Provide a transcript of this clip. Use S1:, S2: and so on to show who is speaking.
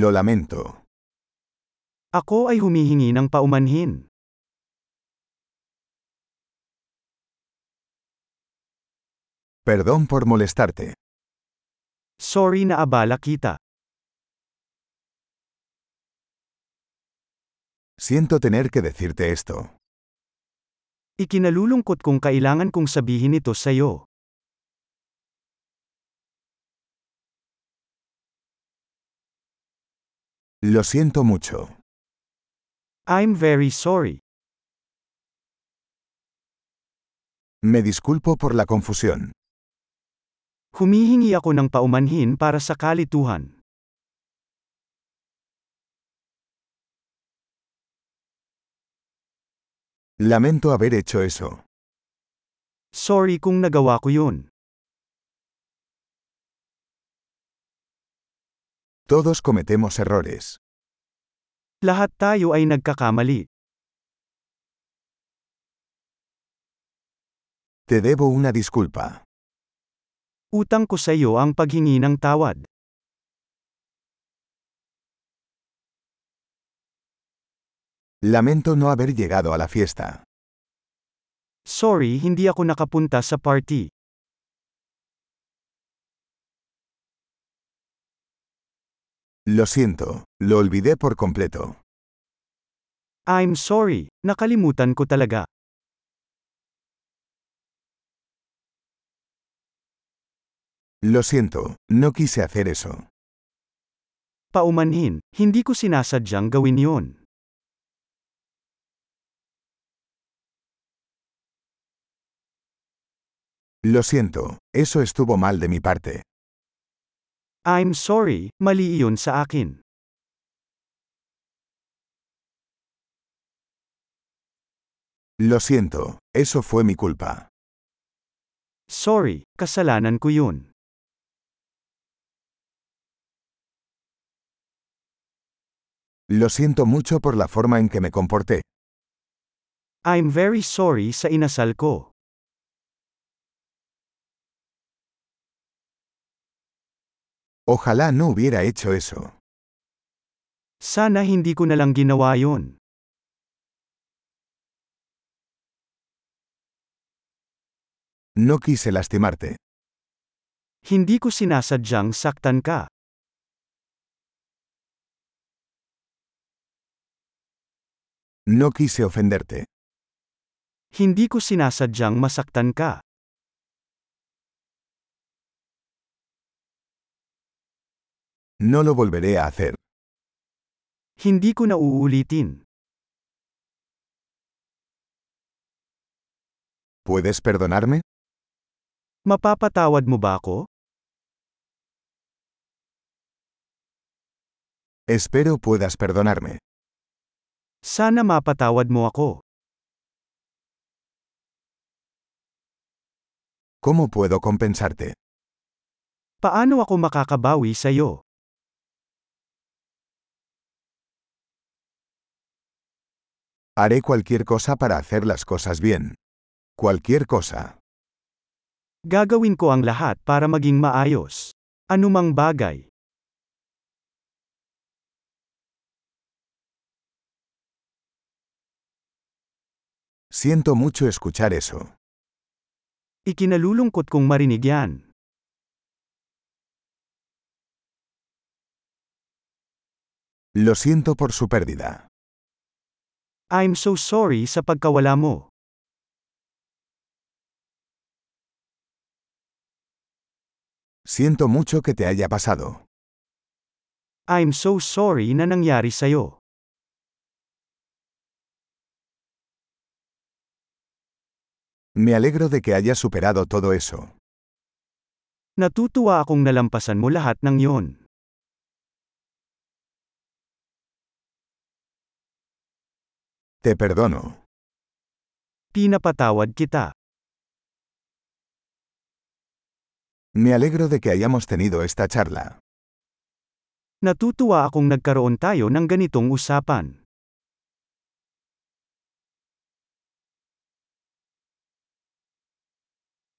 S1: Lo lamento.
S2: Ako ay humihingi ng paumanhin.
S1: Perdón por molestarte.
S2: Sorry na abala kita.
S1: Siento tener que decirte esto.
S2: Ikinalulungkot kung kailangan kong sabihin ito sa'yo.
S1: Lo siento mucho.
S2: I'm very sorry.
S1: Me disculpo por la confusión.
S2: Humihingi ako ng paumanhin para sa kalituhan.
S1: Lamento haber hecho eso.
S2: Sorry kung nagawa ko yun.
S1: Todos cometemos errores.
S2: Lahat tayo ay nagkakamali.
S1: Te debo una disculpa.
S2: Utang ko sa iyo ang paghingi ng tawad.
S1: Lamento no haber llegado a la fiesta.
S2: Sorry hindi ako nakapunta sa party.
S1: Lo siento, lo olvidé por completo.
S2: I'm sorry, nakalimutan ko talaga.
S1: Lo siento, no quise hacer eso.
S2: Paumanhin, hindi ko sinasadyang gawin yon.
S1: Lo siento, eso estuvo mal de mi parte.
S2: I'm sorry, mali iyon sa akin.
S1: Lo siento, eso fue mi culpa.
S2: Sorry, kasalanan ko yun.
S1: Lo siento mucho por la forma en que me comporté.
S2: I'm very sorry sa inasal ko.
S1: Ojalá no hubiera hecho eso.
S2: Sana hindi ko nalang ginawa yon.
S1: No quise lastimarte.
S2: Hindi ko sinasadyang saktan ka.
S1: No quise ofenderte.
S2: Hindi ko sinasadyang masaktan ka.
S1: No lo volveré a hacer.
S2: Hindi ko na uulitin.
S1: ¿Puedes perdonarme?
S2: Mapapatawad mo ba ako?
S1: Espero puedas perdonarme.
S2: Sana mapatawad mo ako.
S1: ¿Cómo puedo compensarte?
S2: Paano ako makakabawi sa iyo?
S1: Haré cualquier cosa para hacer las cosas bien. Cualquier cosa.
S2: Gagawin ko ang lahat para maging maayos. Anumang bagay.
S1: Siento mucho escuchar eso.
S2: Ikinalulungkot kong marinig yan.
S1: Lo siento por su pérdida.
S2: I'm so sorry sa pagkawala mo.
S1: Siento mucho que te haya pasado.
S2: I'm so sorry na nangyari sa'yo.
S1: Me alegro de que hayas superado todo eso.
S2: Natutuwa akong nalampasan mo lahat ng yon.
S1: Te perdono.
S2: Pinapatawad kita.
S1: Me alegro de que hayamos tenido esta charla.
S2: Natutuwa akong nagkaroon tayo ng ganitong usapan.